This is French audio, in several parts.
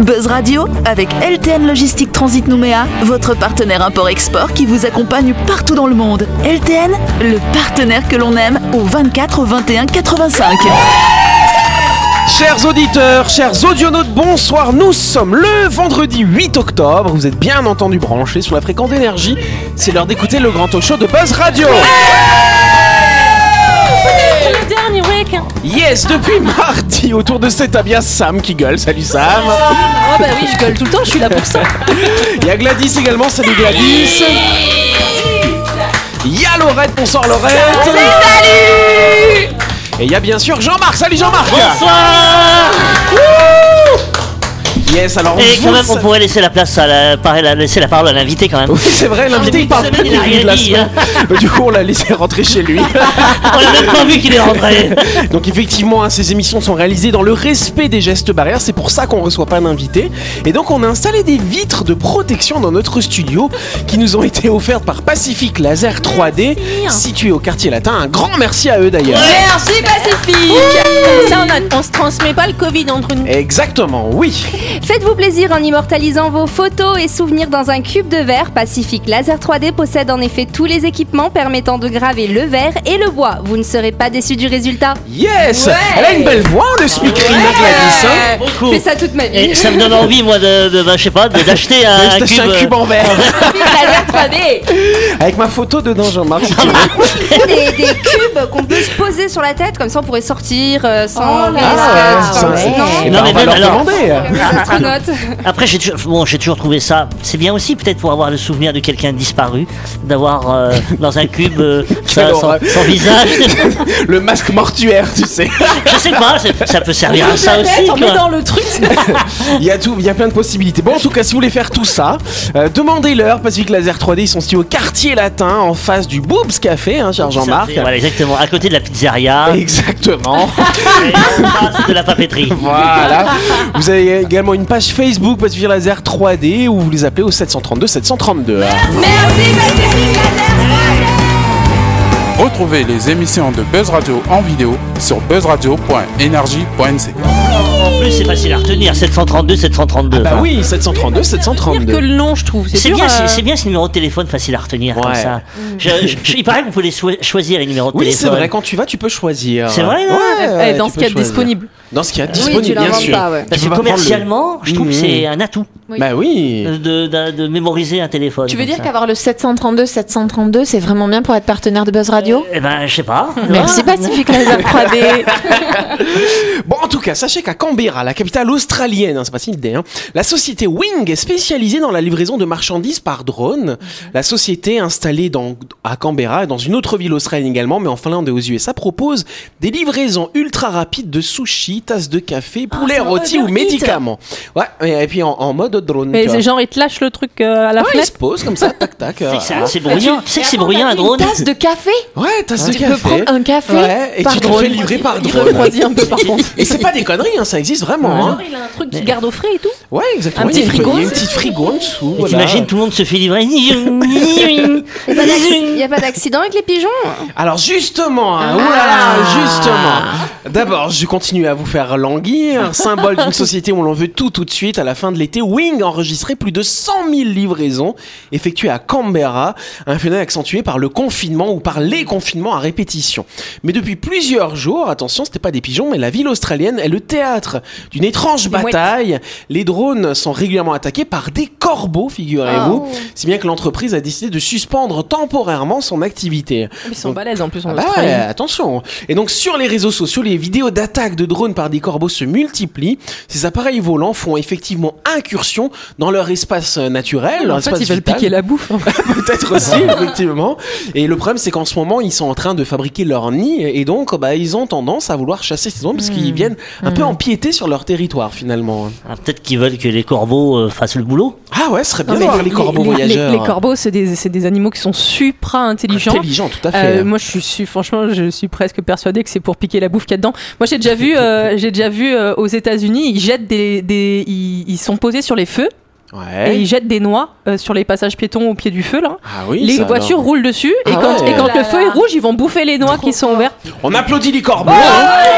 Buzz Radio avec LTN Logistique Transit Nouméa, votre partenaire import-export qui vous accompagne partout dans le monde. LTN, le partenaire que l'on aime au 24 21 85. Ah, Chers auditeurs, chers audionautes, bonsoir. Nous sommes le vendredi 8 octobre. Vous êtes bien entendu branchés sur la fréquence d'énergie. C'est l'heure d'écouter le grand talk show de Buzz Radio. Le dernier week. Yes, depuis mardi, autour de cette table, il y a Sam qui gueule. Salut Sam. Ah bah oui, je gueule tout le temps, je suis là pour ça. Il y a Gladys également. Salut Gladys. Il y a Laurette. Bonsoir Laurette. Salut. Et il y a bien sûr Jean-Marc. Salut Jean-Marc. Bonsoir Yes, alors Et vous quand même, le on sa- pourrait laisser la place à la, par- la- laisser la parole à l'invité quand même. Oui, c'est vrai, l'invité il Depuis parle une plus semaine, Ah, il a depuis rien la dit, hein. semaine. Bah, Du coup, on l'a laissé rentrer chez lui. On l'a même pas vu qu'il est rentré. Euh, Donc effectivement, hein, ces émissions sont réalisées dans le respect des gestes barrières. C'est pour ça qu'on reçoit pas d'invités. Et donc on a installé des vitres de protection dans notre studio qui nous ont été offertes par Pacific Laser 3D, situé au quartier latin. Un grand merci à eux d'ailleurs. Merci Pacifique. Comme ça, on, a- on se transmet pas le Covid entre nous. Exactement, oui. Faites-vous plaisir en immortalisant vos photos et souvenirs dans un cube de verre. Pacific Laser 3D possède en effet tous les équipements permettant de graver le verre et le bois. Vous ne serez pas déçus du résultat. Yes. Elle a une belle voix, le speakerine Gladys. hein. Oh. Je fais ça toute ma vie. Et ça me donne envie, moi, de, de- bah, je sais pas, de- d'acheter Je un, vais t'acheter cube. un cube en verre Pacific Laser 3D. avec ma photo dedans, Jean-Marc. si tu veux. Des, des cubes qu'on peut se poser sur la tête, comme ça on pourrait sortir euh, sans risque. Ah Ça, sans- Ah, c'est- non, Eh Non, ben, mais on va même leur alors- demander. astronaute. Après, j'ai toujours, bon, j'ai toujours trouvé ça. C'est bien aussi, peut-être, pour avoir le souvenir de quelqu'un disparu, d'avoir euh, dans un cube euh, ça, Quelle son, horreur. son visage. Le masque mortuaire, tu sais. je sais pas, c'est- ça peut servir à ça aussi. on est quoi. dans le truc. Il y a tout, il y a plein de possibilités. Bon, en tout cas, si vous voulez faire tout ça, euh, demandez-leur. Pacific Laser 3D, ils sont situés au quartier latin, en face du Boobs Café, hein, cher Jean-Marc. Voilà, exactement. À côté de la pizzeria, et Exactement. en face de la papeterie. voilà. Vous avez également une page Facebook Pacific Laser 3D où vous les appelez au 732 732. hein. Merci Pacific Laser 3D. Retrouvez les émissions de Buzz Radio en vidéo sur buzzradio.energie.nc. En plus, c'est facile à retenir. 732, 732. Bah Enfin, oui, 732 Dire que 732. le nom, je trouve. C'est dur, bien, euh, c'est- c'est bien ce numéro de téléphone facile à retenir comme Ouais. ça. Je- je- je- il paraît qu'on peut les choi- choisir les numéros de Oui, c'est téléphone. vrai, quand tu vas, tu peux choisir. C'est vrai, non ouais, eh, ouais, dans tu ce peux qu'il y a de choisir. disponible. Dans ce qu'il y a de Oui, tu disponible, bien l'inventes sûr. pas, ouais. Parce Tu que peux pas prendre le- commercialement, Euh. je trouve que Mhm. c'est un atout Bah oui. de, de- de mémoriser un téléphone. Tu veux comme dire ça. qu'avoir le 732 732, c'est vraiment bien pour être partenaire de Buzz Radio Eh ben, je sais pas. Merci Pacific Laser 3D. Bon, en tout cas, sachez qu'à Canberra, la capitale australienne, hein, c'est pas si une idée, hein, la société Wing est spécialisée dans la livraison de marchandises par drone. La société installée dans, à Canberra, et dans une autre ville australienne également, mais en Finlande et aux USA, propose des livraisons ultra rapides de sushis, tasses de café, poulet c'est rôti Uber ou Eats. médicaments. Ouais, et, et puis en, en mode drone. Mais tu vois. c'est genre, ils te lâchent le truc euh, à la Ouais, il fenêtre. se pose comme ça, tac tac. euh, C'est que c'est- c'est bruyant. Tu sais que c'est bruyant un Une drone. tasse de café Ouais, tasses de Tu peux café. prendre un café Ouais, et par tu te le drone. fais livrer par Il drone. refroidit un peu par contre. Et c'est pas des conneries, hein, ça existe vraiment. hein. Genre, il a un truc qui garde au frais et tout. Ouais, exactement. Un Il y a petit une- frigo. Il y a une petite frigo en dessous. Et voilà. T'imagines, tout le monde se fait livrer. Il n'y a pas d'accident avec les pigeons hein. Alors justement, hein, oulala, justement. D'abord, je continue à vous faire languir. Symbole d'une société où l'on veut tout tout de suite. À la fin de l'été, Wing a enregistré plus de 100 000 livraisons effectuées à Canberra, un phénomène accentué par le confinement ou par les confinements à répétition. Mais depuis plusieurs jours, attention, c'était pas des pigeons, mais la ville australienne est le théâtre d'une étrange bataille. Les drones sont régulièrement attaqués par des corbeaux, figurez-vous. Si bien que l'entreprise a décidé de suspendre temporairement son activité. Ils sont balèzes en plus en Ah bah Australie. ouais, attention. Et donc sur les réseaux sociaux, les vidéos d'attaques de drones par des corbeaux se multiplient. Ces appareils volants font effectivement incursion dans leur espace euh, naturel, leur en fait, espace ils veulent vital. piquer la bouffe. peut-être aussi effectivement. Et le problème c'est qu'en ce moment, ils sont en train de fabriquer leur nid et donc bah ils ont tendance à vouloir chasser ces drones parce Hmm. qu'ils viennent un peu empiéter sur leur territoire finalement. Ah, Peut-être qu'ils veulent que les corbeaux euh, fassent le boulot. Ah ouais, ce serait bien Non, mais d'avoir les, corbeaux voyageurs. hein. Les, corbeaux, c'est des, c'est des animaux qui sont supra intelligents. intelligents, tout à fait. Euh, moi, je suis, suis- franchement, je suis presque persuadée que c'est pour piquer la bouffe qu'il y a dedans. Moi, j'ai déjà vu, euh, j'ai déjà vu euh, aux États-Unis, ils jettent des, des ils, ils sont posés sur les feux Ouais. et ils jettent des noix euh, sur les passages piétons au pied du feu là. Ah oui, les ça, voitures alors. roulent dessus et Ah quand, ouais. et quand Oh Là, le feu est là. rouge, ils vont bouffer les noix qui sont ouvertes. On applaudit les corbeaux. Ah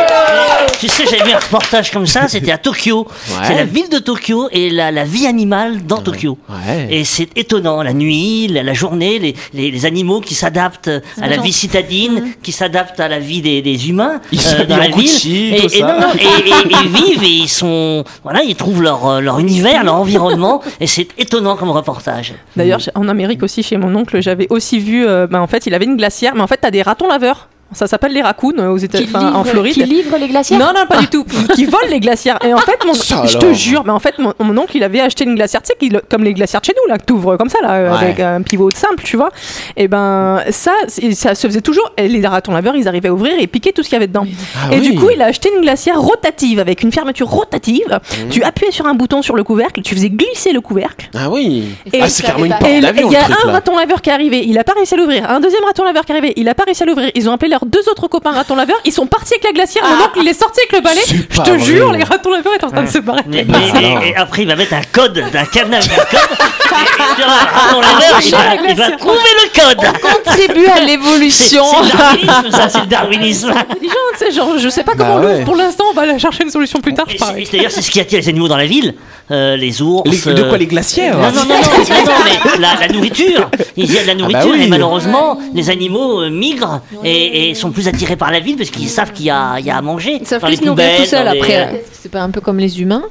Tu sais, j'avais vu un reportage comme ça, c'était à Tokyo. C'est la ville de Tokyo et la, la vie animale dans Tokyo. Ah Ouais. Et c'est étonnant, la nuit, la, la journée, les, les, les animaux qui s'adaptent à la vie citadine, qui s'adaptent à la vie des, des humains Ils euh, dans s'habillent la en ville. Gucci, et, tout et ça. non, non, et- et- et ils vivent et ils sont, voilà, ils trouvent leur, euh, leur univers, leur environnement. Et c'est étonnant comme reportage. Mm. D'ailleurs, j'ai- en Amérique aussi, chez mon oncle, j'avais aussi vu. euh, ben, en fait, il avait une glacière, mais en fait, t'as des ratons laveurs. Ça s'appelle les raccoons euh, aux États, Qui enfin, en livre- Floride. Qui livre les glaciers Non, non, pas du tout. Qui volent les glacières. Et en fait, mon, Ça je te alors. jure, mais en fait, mon, mon oncle, il avait acheté une glacière, tu sais, qu'il- comme les glacières de chez nous, là, que t'ouvres comme ça, là, euh, Ouais. avec un pivot simple, tu vois. Et ben, ça, c'est- ça se faisait toujours. Et les ratons laveurs, ils arrivaient à ouvrir et piquer tout ce qu'il y avait dedans. Ah et du oui. coup, il a acheté une glacière rotative avec une fermeture rotative. Mmh. Tu appuyais sur un bouton sur le couvercle, tu faisais glisser le couvercle. Ah oui. Et- ah, c'est carrément une Et porte Et d'avion il y le a truc un là. raton laveur qui est arrivé, il a pas réussi à l'ouvrir. Un deuxième raton laveur qui est arrivé, il a pas réussi à l'ouvrir. Ils ont appelé leurs deux autres copains ratons laveurs, ils sont partis avec la glacière. Mon oncle, il est sorti avec le balai. Ah. C'est Je pas te vrai. jure, les ratons laveurs étaient en train de se barrer. Mais- mais- et, et après, il va mettre un code, un cadenas avec un code. Et sur un- sur la mer, il, va, il va trouver le code. Contribue à C'est c'est l'évolution. le darwinisme, ça, c'est le darwinisme. Intelligent, tu sais, genre, je sais pas Bah comment on l'ouvre. ouais. Pour l'instant, on va aller chercher une solution plus tard, Et je c'est- parie. et D'ailleurs, c'est ce qui attire les animaux dans la ville. Euh, les ours. Les- de euh, quoi les glacières hein Ah bah Non, non, non, non, non, non, mais la, la nourriture. Il y a de la nourriture oui. et malheureusement, les animaux euh, migrent et, et sont plus attirés par la ville parce qu'ils savent qu'il y, a il y a à manger. Ils savent Dans plus les se nourrir poubelles, tout seuls dans les- euh, après. Est-ce que C'est pas un peu comme les humains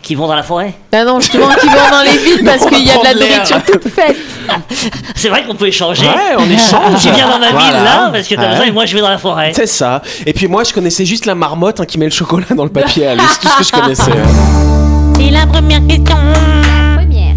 Qui vont dans la forêt. Ah non, justement, qui vont dans les villes parce qu'il y a de la prendre l'air. nourriture toute faite. C'est vrai qu'on peut échanger. Ouais, on échange. Tu viens dans ma Voilà. ville là parce que t'as Ouais. besoin et moi je vais dans la forêt. C'est ça. Et puis moi, je connaissais juste la marmotte hein, qui met le chocolat dans le papier à l'eau. C'est tout ce que je connaissais. hein. C'est la première question. Première.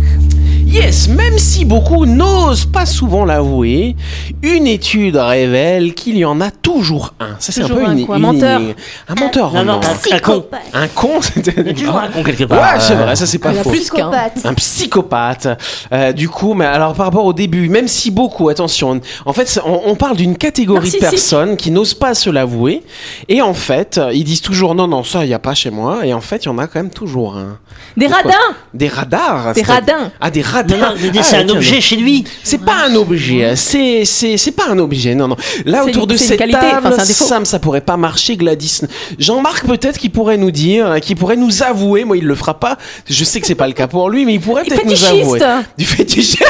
Yes, même si beaucoup n'osent pas souvent l'avouer, une étude révèle qu'il y en a toujours un. Ça, c'est un peu Toujours un une, quoi, une menteur. énigme. Un menteur. Non, non, un, un con. Un con. c'était- Ah, Il y a toujours un con quelque part. Ouais, c'est vrai, ça c'est Ah, pas faux. Psychopathe. Un psychopathe. Euh, du coup, mais alors par rapport au début, même si beaucoup, attention, en fait, c'est- on, on parle d'une catégorie de Narcissique. personnes qui n'osent pas se l'avouer. Et en fait, euh, ils disent toujours non, non, ça, il n'y a pas chez moi. Et en fait, il y en a quand même toujours un. Des Pourquoi radins Des radars. Des c'est-à- radins. Ah, des radins. Non, non, je veux dire, c'est Ah, un tiens, objet non. chez lui. C'est pas un objet, hein. c'est c'est c'est pas un objet, non non. Là C'est autour une- de c'est une cette qualité, table, enfin, c'est un défaut. Sam, ça pourrait pas marcher, Gladys. Jean-Marc peut-être qui pourrait nous dire, hein, qui pourrait nous avouer. Moi, il le fera pas. Je sais que c'est pas le cas pour lui, mais il pourrait Des peut-être nous avouer fétichistes du fétichisme.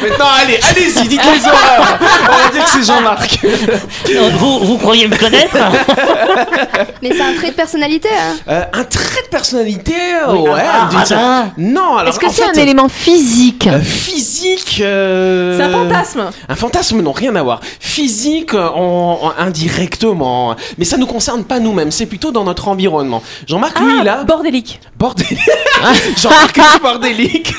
Maintenant, allez, allez-y, dites les horreurs. On va dire que c'est Jean-Marc. Vous, vous croyez me connaître Mais c'est un trait de personnalité. hein. Euh, un trait de personnalité, ouais. ah, d'une ah, certaine- Non, alors Est-ce que en c'est un fait, élément physique euh, physique. euh, C'est un fantasme Un fantasme, non, rien à voir. Physique, euh, en, en- indirectement. Mais ça ne nous concerne pas nous-mêmes, c'est plutôt dans notre environnement. Jean-Marc, Ah, lui, là, Bordélique. bordélique. Jean-Marc, est bordélique.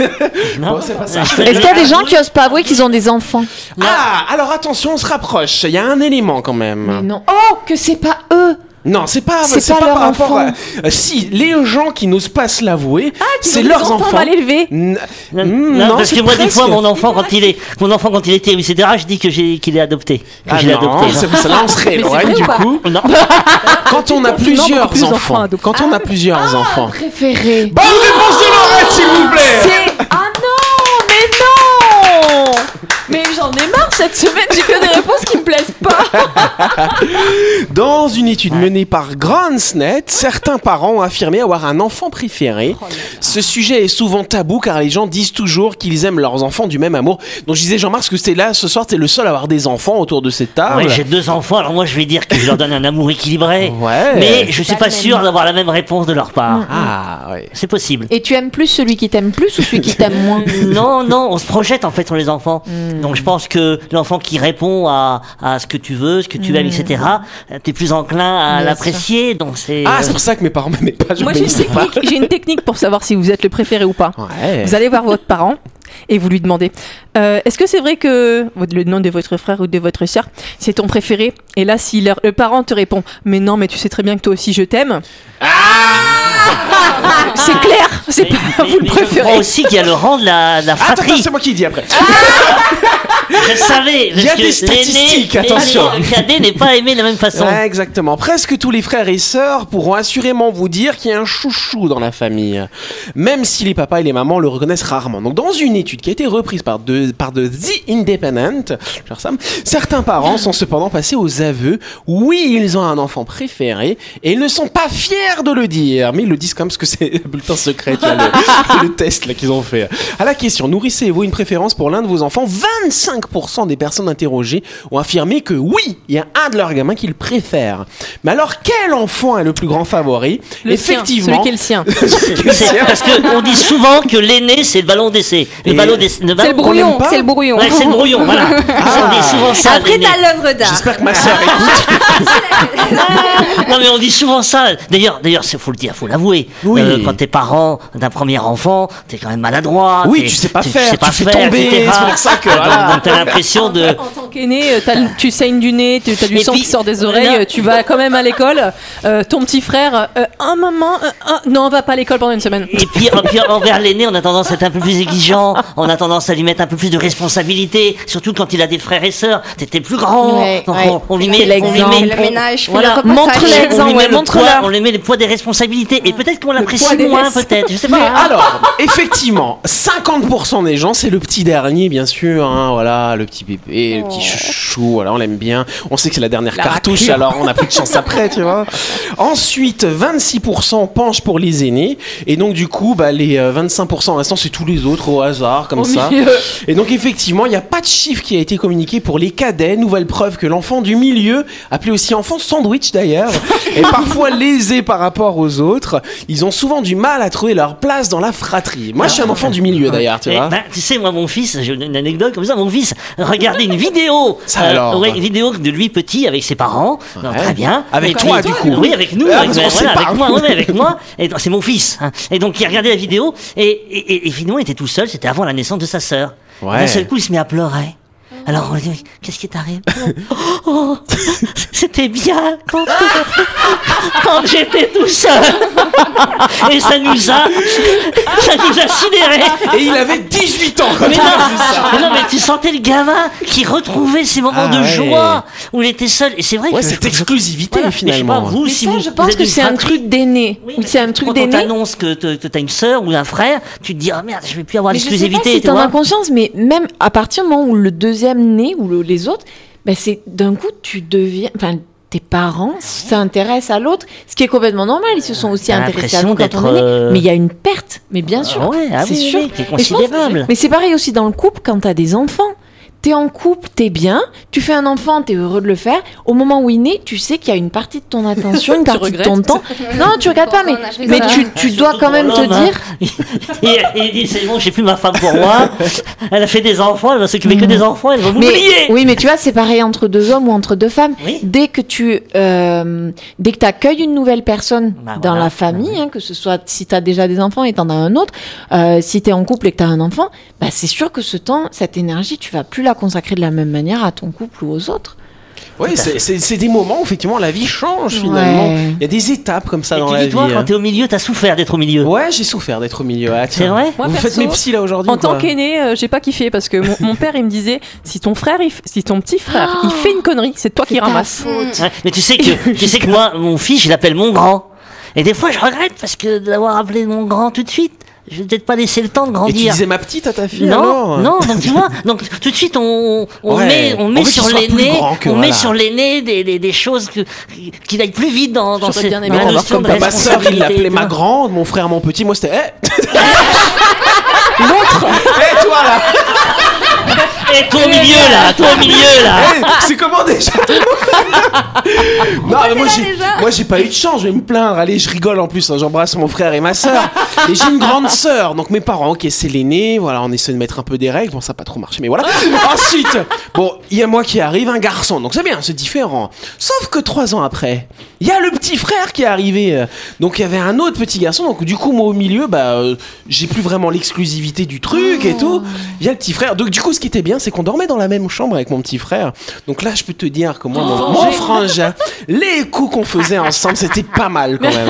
Non. Bon, c'est pas ça. Est-ce qu'il y a des gens qui osent pas avouer qu'ils ont des enfants Ah, alors attention, on se rapproche. Il y a un élément quand même. Non. Oh, que c'est pas eux Non, c'est pas, C'est c'est pas pas, leur par rapport à- enfant. Euh, si, les gens qui n'osent pas se l'avouer, c'est Ils Ah, ont des bah, leurs enfants. mal élevés. N- Non, Mm, non, non, parce c'est que moi, des presque. fois, mon enfant, quand il est, mon enfant, quand il était, etc., je dis que j'ai, qu'il est adopté. Que Ah je l'ai non, adopté. c'est- là on serait loin du coup. Non. Quand on a plusieurs plus d'enfants enfants, adoptés. quand on a plusieurs enfants, Préféré. Bonne réponse de Laurette, s'il vous plaît Ah Oh, non Mais non Mais j'en ai marre cette semaine, j'ai que des réponses qui me plaisent pas Dans une étude menée par Gransnet, certains parents ont affirmé avoir un enfant préféré. Ce sujet est souvent tabou car les gens disent toujours qu'ils aiment leurs enfants du même amour. Donc je disais Jean-Marc, parce que c'est là ce soir, t'es le seul à avoir des enfants autour de cette table. Ouais, j'ai deux enfants, alors moi, je vais dire que je leur donne un amour équilibré. Ouais. Mais je suis pas sûr d'avoir la même réponse de leur part. Ah ouais. C'est possible. Et tu aimes plus celui qui t'aime plus ou celui qui t'aime moins Non, non, on se projette en fait sur les enfants. Hmm. Donc je pense que l'enfant qui répond à, à ce que tu veux, ce que tu aimes, etc., Hmm. euh, t'es plus enclin à Bien l'apprécier. Donc c'est. Ah, c'est pour ça que mes parents m'aimaient pas, je Moi j'ai une, m'obéissais pas. technique, j'ai une technique pour savoir si vous êtes le préféré ou pas. Eh. Ouais. Vous allez voir votre parent et vous lui demandez euh, Est-ce que c'est vrai que votre- le nom de votre frère ou de votre sœur, c'est ton préféré Et là, si leur- le parent te répond Mais non, mais tu sais très bien que toi aussi je t'aime. c'est clair, c'est Ah! Mais- pas euh, mais- vous le mais je crois préférez. aussi qu'il y a le rang de la, de la Attends, attends, fratrie. c'est moi qui dis après. Je le savais. Il y a parce que des statistiques, l'aîné- attention. l'aîné, Le cadet n'est pas aimé de la même façon. Ouais, exactement. Presque tous les frères et sœurs pourront assurément vous dire qu'il y a un chouchou dans la famille, même si les papas et les mamans le reconnaissent rarement. Donc, dans une étude qui a été reprise par, de, par de The Independent, cher Sam, certains parents sont cependant passés aux aveux. Oui, ils ont un enfant préféré et ils ne sont pas fiers de le dire, mais ils le disent quand même parce que c'est le bulletin secret, là, le, le test là, qu'ils ont fait. À la question, nourrissez-vous une préférence pour l'un de vos enfants 25% des personnes interrogées ont affirmé que oui, il y a un de leurs gamins qu'ils préfèrent. Mais alors, quel enfant est le plus grand favori Le sien, Effectivement, celui qui est le sien. C'est- c'est- Parce qu'on dit souvent que l'aîné, c'est le ballon d'essai. Le Et- ballon d'essai. le C'est ballon- le brouillon, pas c'est le brouillon. Ouais, c'est le brouillon, voilà. On dit souvent ça. Après, l'aîné. t'as l'œuvre d'art. j'espère que ma Ah, sœur écoute. Non mais on dit souvent ça. D'ailleurs, d'ailleurs, c'est faut le dire, faut l'avouer. Euh, Oui. quand t'es parent d'un premier enfant, t'es quand même maladroit. Oui, t'es- tu sais pas t'es- faire, sais pas tu fais faire, tomber, etc. c'est pour ça que, voilà. Donc, donc t'as l'impression de. En tant qu'aîné, euh, t'as le- tu saignes du nez, tu as du Et sang puis- qui sort des oreilles, Non. euh, tu vas quand même à l'école. Euh, ton petit frère, euh, un maman, euh, un- non, on va pas à l'école pendant une semaine. Et puis, et puis, envers l'aîné, on a tendance à être un peu plus exigeant, on a tendance à lui mettre un peu plus de responsabilité, surtout quand il a des frères et sœurs. T'étais plus grand, Ouais, donc ouais. on, on lui Fais met, on lui l'exemple. met Fais le ménage, fais le repassage. On lui met Montre-l'exemple, ouais, le montre-leur. poids- On lui met le poids des responsabilités, et peut-être qu'on l'apprécie des moins, laisses. peut-être, je sais Mais ah, pas. Ah. alors, effectivement, 50% des gens, c'est le petit dernier, bien sûr. hein, voilà, le petit bébé, le petit Oh. chouchou. Voilà, on l'aime bien. On sait que c'est la dernière cartouche, alors on a plus de chance après, tu vois. Ensuite, 26% penchent pour les aînés. Et donc, du coup, bah, les euh, 25% restants, c'est tous les autres au hasard, comme Au ça. milieu. Et donc effectivement, il n'y a pas de chiffre qui a été communiqué pour les cadets. Nouvelle preuve que l'enfant du milieu, appelé aussi enfant sandwich d'ailleurs, est parfois lésé par rapport aux autres. Ils ont souvent du mal à trouver leur place dans la fratrie. Moi, je suis un enfant du milieu d'ailleurs, tu Eh vois. ben, tu sais, moi, mon fils, j'ai une anecdote comme ça, mon fils regardait une vidéo. Euh, Ça alors. ouais, une vidéo de lui petit avec ses parents. Non, Ouais. très bien. Avec Et toi, du coup. Oui, avec nous. Ah, avec, parce qu'on voilà, sépare. avec moi, ouais, ouais, avec moi. Et donc, c'est mon fils. hein. Et donc, il regardait la vidéo et, et- et- et finalement, il était tout seul. C'était avant la naissance de sa sœur. Ouais. Et D'un seul coup, il se met à pleurer. Alors on lui dit qu'est-ce qui t'arrive Oh, c'était bien quand, quand j'étais tout seul et ça nous a ça nous a sidérés Et il avait 18 ans quand bah, mais il non, a vu ça. mais non, mais tu sentais le gamin qui retrouvait ces moments Ah de ouais. joie où il était seul. Et c'est vrai Ouais, que cette je- exclusivité voilà, mais Je finalement. hein. sais pas vous, Mais si ça, vous, je vous pense êtes que une c'est un fratrie. truc d'aîné. Oui, Ou mais c'est un truc Quand on d'aîné. t'annonce que te- que t'as une sœur ou un frère, tu te dis ah merde, je vais plus avoir Mais je sais pas l'exclusivité. si tu t'en vois. as conscience, mais même à partir du moment où le deuxième né ou le- les autres, ben c'est d'un coup tu deviens, enfin tes Ah parents s'intéressent à l'autre, ce qui est complètement normal. Ils se sont aussi T'as intéressés à l'impression nous quand on d'être, est né. euh, Mais il y a une perte, mais bien sûr, Ah ouais, ah c'est oui, oui, sûr. oui, qui est Mais je pense- considérable. Mais c'est pareil aussi dans le couple quand t'as des enfants. T'es en couple, t'es bien, tu fais un enfant, t'es heureux de le faire. Au moment où il naît, tu sais qu'il y a une partie de ton attention, une partie de ton regrettes. temps. Non, tu regardes pas, mais, Pourquoi on a fait mais ça tu, tu dois quand même te Surtout pour dire, l'homme, hein. et, et il dit c'est bon, j'ai plus ma femme pour moi. Elle a fait des enfants, elle va s'occuper Mm. que des enfants, elle va Mais- m'oublier. oui, mais tu vois, c'est pareil entre deux hommes ou entre deux femmes. Oui. Dès que tu, euh, dès que accueilles une nouvelle personne Bah, dans voilà. la famille, hein, que ce soit si tu as déjà des enfants et t'en as un autre, euh, si t'es en couple et que t'as un enfant, bah c'est sûr que ce temps, cette énergie, tu vas plus la consacrer de la même manière à ton couple ou aux autres. Ouais, c'est- c'est c'est des moments où effectivement la vie change Ouais. finalement. Il y a des étapes comme ça Et dans tu la dis toi, vie. hein. quand t'es au milieu, t'as souffert d'être au milieu. Ouais, j'ai souffert d'être au milieu. Ah, tiens. C'est vrai Moi, Vous faites perso, mes psys là aujourd'hui En quoi. tant qu'aîné, euh, j'ai pas kiffé parce que mon, mon père il me disait si ton frère, il f- si ton petit frère, il fait une connerie, c'est toi qui Ah. ta ramasse. Ouais, Hein, mais tu sais que tu sais que moi, mon fils, je l'appelle mon grand. Et des fois, je regrette parce que d'avoir appelé mon grand tout de suite, je vais peut-être pas laisser le temps de Et tu grandir. disais ma petite à ta fille alors non, non, donc tu vois, donc tout de suite on, on Ouais, met, on on met veut qu'il sur soit plus l'aîné, grand que on voilà. met sur l'aîné des, des, des choses que, qu'il aille plus vite dans, dans J'aurais ces- bien aimé dans la avoir notion comme de Bah, ma sœur, il responsabilité, l'appelait tu ma vois. grande, mon frère, mon petit. Moi, c'était. Eh L'autre Eh, toi là Eh, toi au milieu là, toi au milieu là. Eh, C'est comment déjà Non, mais moi, j'ai, moi, j'ai pas eu de chance, je vais me plaindre. Allez, je rigole en plus. hein, J'embrasse mon frère et ma sœur. Et j'ai une grande sœur. Donc, mes parents, ok, c'est l'aîné. Voilà, on essaie de mettre un peu des règles. Bon, ça n'a pas trop marché, mais voilà. Ensuite, bon, il y a moi qui arrive, un garçon. Donc, c'est bien, c'est différent. Sauf que trois ans après, il y a le petit frère qui est arrivé. euh, Donc, il y avait un autre petit garçon. Donc, du coup, moi, au milieu, bah, euh, j'ai plus vraiment l'exclusivité du truc et tout. Il y a le petit frère. Donc, du coup, ce qui était bien, bien, c'est qu'on dormait dans la même chambre avec mon petit frère. Donc là, je peux te dire que moi, mon, Oh, mon j'ai- frangin, les coups qu'on faisait ensemble, c'était pas mal quand même.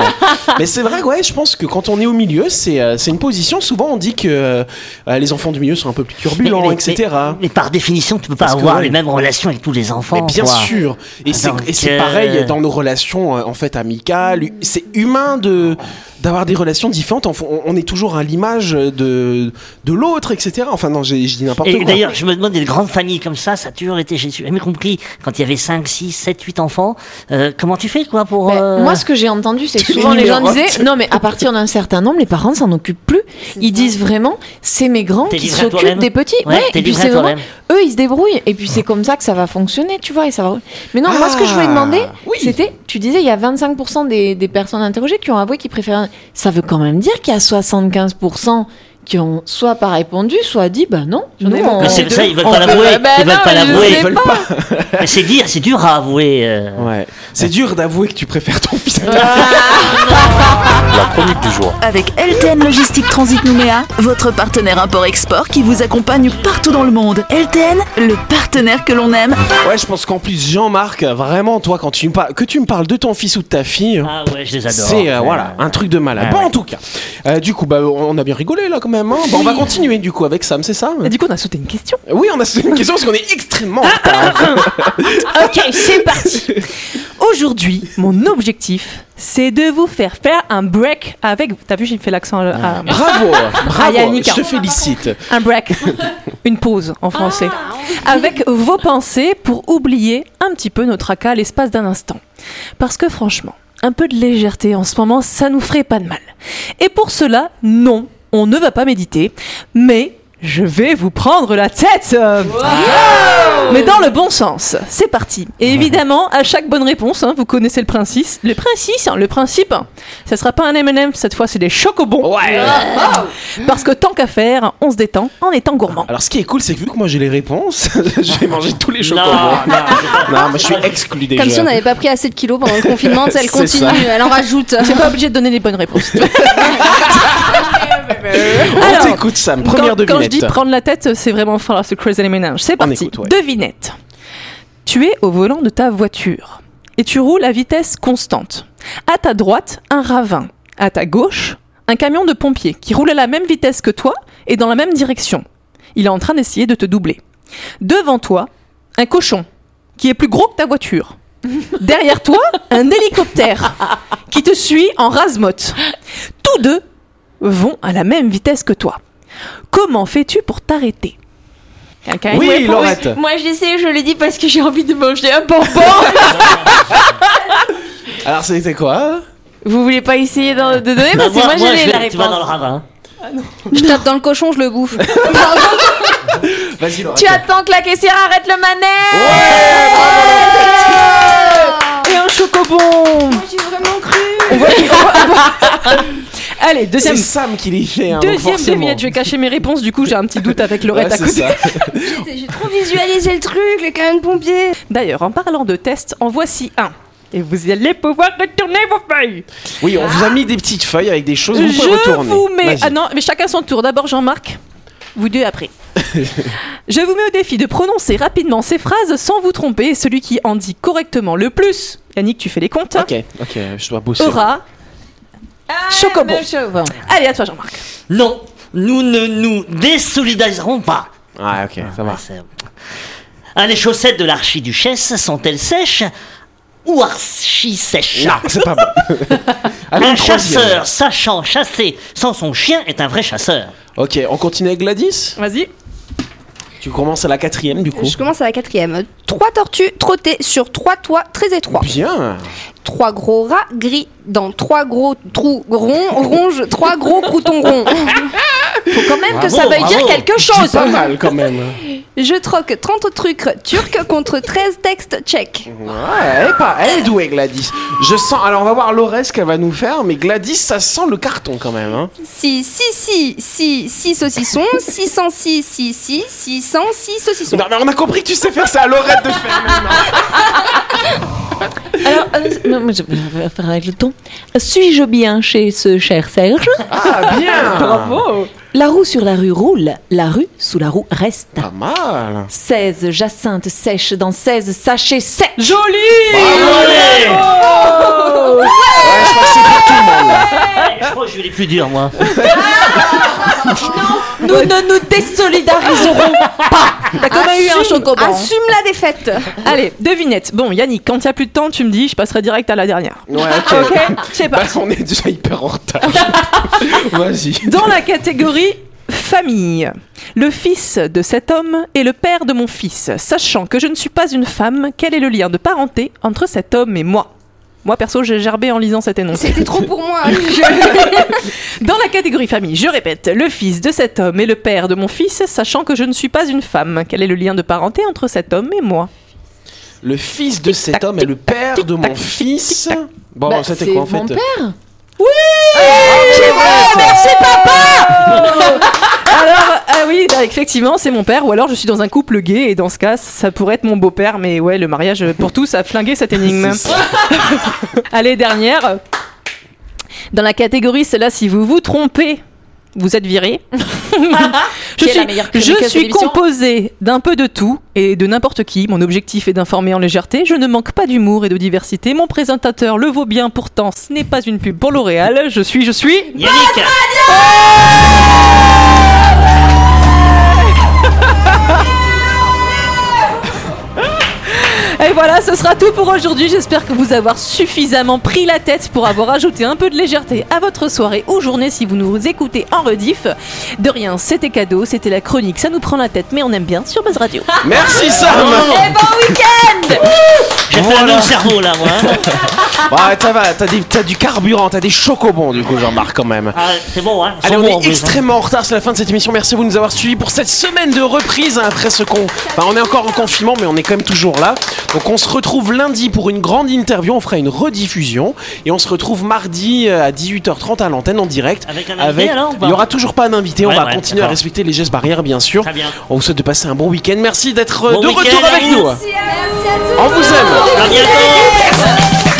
Mais c'est vrai, ouais, je pense que quand on est au milieu, c'est euh, c'est une position. Souvent, on dit que euh, les enfants du milieu sont un peu plus turbulents, etc. Mais, mais par définition, tu peux pas Parce que, avoir ouais. les mêmes relations avec tous les enfants. Mais bien quoi. sûr. Et c'est donc, et c'est euh, pareil dans nos relations euh, en fait amicales. C'est humain de d'avoir des relations différentes. Enfin, On, on est toujours à l'image de de l'autre, etc. Enfin non, j'ai- je dis n'importe Et quoi. d'ailleurs, je me demande, des grandes familles comme ça, ça a toujours été, j'ai jamais compris, quand il y avait 5, 6, 7, 8 enfants, euh, comment tu fais, quoi, pour... Ben, euh, Moi, ce que j'ai entendu, c'est que tu souvent les gens numérotes. disaient non, mais à partir d'un certain nombre, les parents s'en occupent plus. Ils disent vraiment c'est mes grands T'es qui livré à s'occupent toi-même. des petits. Ouais, t'es et puis livré à c'est vraiment toi-même. eux, ils se débrouillent. Et puis c'est comme ça que ça va fonctionner, tu vois. Et ça va. Mais non, moi, ce que je voulais Ah, demander, oui. c'était tu disais il y a 25% des, des personnes interrogées qui ont avoué qu'ils préféraient. Ça veut quand même dire qu'il y a 75% qui ont soit pas répondu, soit dit bah non. J'en ai nous, on- Mais c'est ça, ils veulent pas l'avouer. Ben Ils veulent non, pas mais je l'avouer. sais Ils veulent pas. Mais c'est dire, c'est dur à avouer. euh. Ouais. C'est dur d'avouer que tu préfères ton fils. La chronique du jour. Avec LTN Logistique Transit Nouméa, votre partenaire import-export qui vous accompagne partout dans le monde. LTN, le partenaire que l'on aime. Ouais, je pense qu'en plus Jean-Marc, vraiment toi quand tu me parles, que tu me parles de ton fils ou de ta fille. Ah ouais, je les adore. C'est euh, voilà un truc de malade. Ouais, bon ouais. en tout cas, Euh, du coup bah on a bien rigolé là quand même. hein. Bon, on va continuer du coup avec Sam, c'est ça Et du coup, on a sauté une question. Oui, on a c'est une question parce qu'on est extrêmement. en retard. Ok, c'est parti. Aujourd'hui, mon objectif, c'est de vous faire faire un break avec. T'as vu, j'ai fait l'accent. euh, à- Bravo, bravo. Yannick, hein. je te félicite. Un break, une pause en français, avec vos pensées pour oublier un petit peu notre tracas à l'espace d'un instant. Parce que franchement, un peu de légèreté en ce moment, ça nous ferait pas de mal. Et pour cela, non, on ne va pas méditer, mais je vais vous prendre la tête euh, Mais dans le bon sens, c'est parti. Et évidemment, à chaque bonne réponse, hein, vous connaissez le principe. Le principe, hein, le principe, hein, ça sera pas un M&M, cette fois c'est des chocobons. Ouais. Ah. Parce que tant qu'à faire, on se détend en étant gourmand. Alors, ce qui est cool, c'est que vu que moi j'ai les réponses, je vais manger tous les Non, chocobons. non, Bah, Non, moi je suis exclu déjà. Comme si on n'avait pas pris assez de kilos pendant le confinement, tu sais, elle C'est ça. continue, elle en rajoute. T'es pas obligé de donner les bonnes réponses. On Alors, t'écoute, Sam. Première quand, quand je devinette. dis prendre la tête, c'est vraiment falloir se creuser les ménages. C'est On parti. écoute, ouais. Devinette. Tu es au volant de ta voiture et tu roules à vitesse constante. À ta droite, un ravin. À ta gauche, un camion de pompiers qui roule à la même vitesse que toi et dans la même direction. Il est en train d'essayer de te doubler. Devant toi, un cochon qui est plus gros que ta voiture. Derrière toi, un hélicoptère qui te suit en rasemote. Tous deux vont à la même vitesse que toi. Comment fais-tu pour t'arrêter Quelqu'un a une Oui, réponse Laurette. Moi, je l'essaie, je le dis parce que j'ai envie de manger un bonbon. Alors, c'était quoi Vous voulez pas essayer d'en- de donner Bah, parce que moi, moi, j'ai je la vais- Tu vas dans le réponse. ravin. hein. Je tape dans le cochon, je le bouffe. Vas-y, Laurette. Tu attends que la caissière arrête le manège. Et un chocobon J'ai vraiment cru. Allez, deuxième, C'est Sam qui les fait. Hein, donc deuxième forcément. devinette. Je vais cacher mes réponses, du coup j'ai un petit doute avec Ouais, Laurette à c'est côté. ça. J'ai trop visualisé le truc, les camions de pompiers. D'ailleurs, en parlant de tests, en voici un. Et vous allez pouvoir retourner vos feuilles Oui, on vous a mis des petites feuilles avec des choses. Vous pouvez Je retourner. vous mets. Vas-y. Ah non, mais chacun son tour. D'abord Jean-Marc, vous deux après. Je vous mets au défi de prononcer rapidement ces phrases sans vous tromper. Celui qui en dit correctement le plus, Yannick, tu fais les comptes, Ok, ok, je dois bosser. aura. Chocobo. Allez, à toi Jean-Marc. Non, nous ne nous désolidariserons pas. Ah, ok, ça Ouais, va. c'est- Ah, les chaussettes de l'archiduchesse sont-elles sèches ou archi-sèches Non, c'est pas bon. Allez, Un une troisième. chasseur sachant chasser sans son chien est un vrai chasseur. Ok, on continue avec Gladys Vas-y. Tu commences à la quatrième du coup. Je commence à la quatrième. Trois tortues trottées sur trois toits très étroits. Bien. Trois gros rats gris dans trois gros trous ronds rongent trois gros croutons ronds. Faut quand même que ça Bravo, veuille dire bravo. quelque chose. Pas mal quand même. Je troque 30 trucs turcs contre 13 textes tchèques. Ouais, elle est pas, elle est douée Gladys. Je sens, alors on va voir Laurès ce qu'elle va nous faire, mais Gladys ça sent le carton quand même. Hein. Si, si, si, si, si saucissons, 606, si, si, 606 saucissons. Bah, Non mais on a compris que tu sais faire ça à Laurette de faire. maintenant. Alors, euh, non, moi, je vais faire avec le ton. Suis-je bien chez ce cher Serge Ah bien. Bravo. La roue sur la rue roule, la rue sous la roue reste. Pas Ah. mal. 16 jacinthes sèches dans 16 sachets secs. Ouais, je crois que c'est pour tout le monde. Eh, Je crois que je vais les plus dur, moi. Nous ne nous désolidariserons T'as quand même eu un hein. chocobo. Assume la défaite. Allez, devinette. Bon, Yannick, quand il n'y a plus de temps, tu me dis, je passerai direct à la dernière. Ouais, ok. Ok Je sais Bah, pas. on est déjà hyper en retard. Vas-y. Dans la catégorie famille, le fils de cet homme est le père de mon fils. Sachant que je ne suis pas une femme, quel est le lien de parenté entre cet homme et moi moi perso, j'ai gerbé en lisant cet énoncé. C'était trop pour moi. Dans la catégorie famille, je répète, le fils de cet homme est le père de mon fils, sachant que je ne suis pas une femme. Quel est le lien de parenté entre cet homme et moi Le fils de cet homme est le père de mon fils. Bon, Bah, c'était c'est quoi en fait mon père. Alors, ah oui, bah, effectivement, c'est mon père, ou alors je suis dans un couple gay, et dans ce cas, ça pourrait être mon beau-père, mais ouais, le mariage pour tous a flingué cette énigme. Allez, dernière. Dans la catégorie, c'est là si vous vous trompez, vous êtes viré. je Qui est la suis, meilleure chroniqueuse je de suis l'émission. composé d'un peu de tout et de n'importe qui. Mon objectif est d'informer en légèreté. Je ne manque pas d'humour et de diversité. Mon présentateur le vaut bien. Pourtant, ce n'est pas une pub pour L'Oréal. Je suis, je suis. Yannick Et voilà, ce sera tout pour aujourd'hui. J'espère que vous avoir suffisamment pris la tête pour avoir ajouté un peu de légèreté à votre soirée ou journée si vous nous écoutez en rediff. De rien, c'était cadeau, c'était la chronique. Ça nous prend la tête, mais on aime bien sur Buzz Radio. Merci Sam. J'ai fait un Voilà. long cerveau, là, moi. hein. Ouais, ça va, t'as des- t'as du carburant, t'as des chocobons du coup, Jean-Marc quand même. Ah, c'est bon, hein. Allez, Sans on mots, en est plus, hein. extrêmement en retard, c'est la fin de cette émission. Merci à vous de nous avoir suivis pour cette semaine de reprise hein, après ce con. Enfin, on est encore en confinement, mais on est quand même toujours là. Donc, on se retrouve lundi pour une grande interview. On fera une rediffusion et on se retrouve mardi euh, à 18h30 à l'antenne en direct. Avec un invité, alors, ou pas Il y aura toujours pas d'invité. Ouais, on va ouais, continuer à d'accord. respecter les gestes barrières, bien sûr. Très bien. On vous souhaite de passer un bon week-end. Merci d'être euh, Bon de week-end retour à avec vous. nous. On vous aime. À bientôt.